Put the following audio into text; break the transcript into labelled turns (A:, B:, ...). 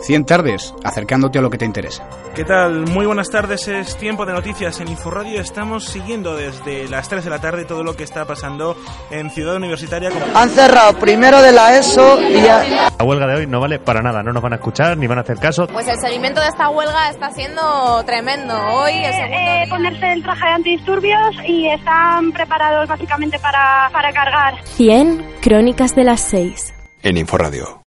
A: 100 tardes, acercándote a lo que te interesa.
B: ¿Qué tal? Muy buenas tardes, es tiempo de noticias en Inforradio. Estamos siguiendo desde las 3 de la tarde todo lo que está pasando en Ciudad Universitaria.
C: Han cerrado primero de la ESO y ya...
D: La huelga de hoy no vale para nada, no nos van a escuchar ni van a hacer caso.
E: Pues el seguimiento de esta huelga está siendo tremendo. Hoy el segundo
F: eh, eh,
E: día-
F: ponerse el traje de antidisturbios y están preparados básicamente para, para cargar.
G: 100 Crónicas de las 6.
H: en Inforradio.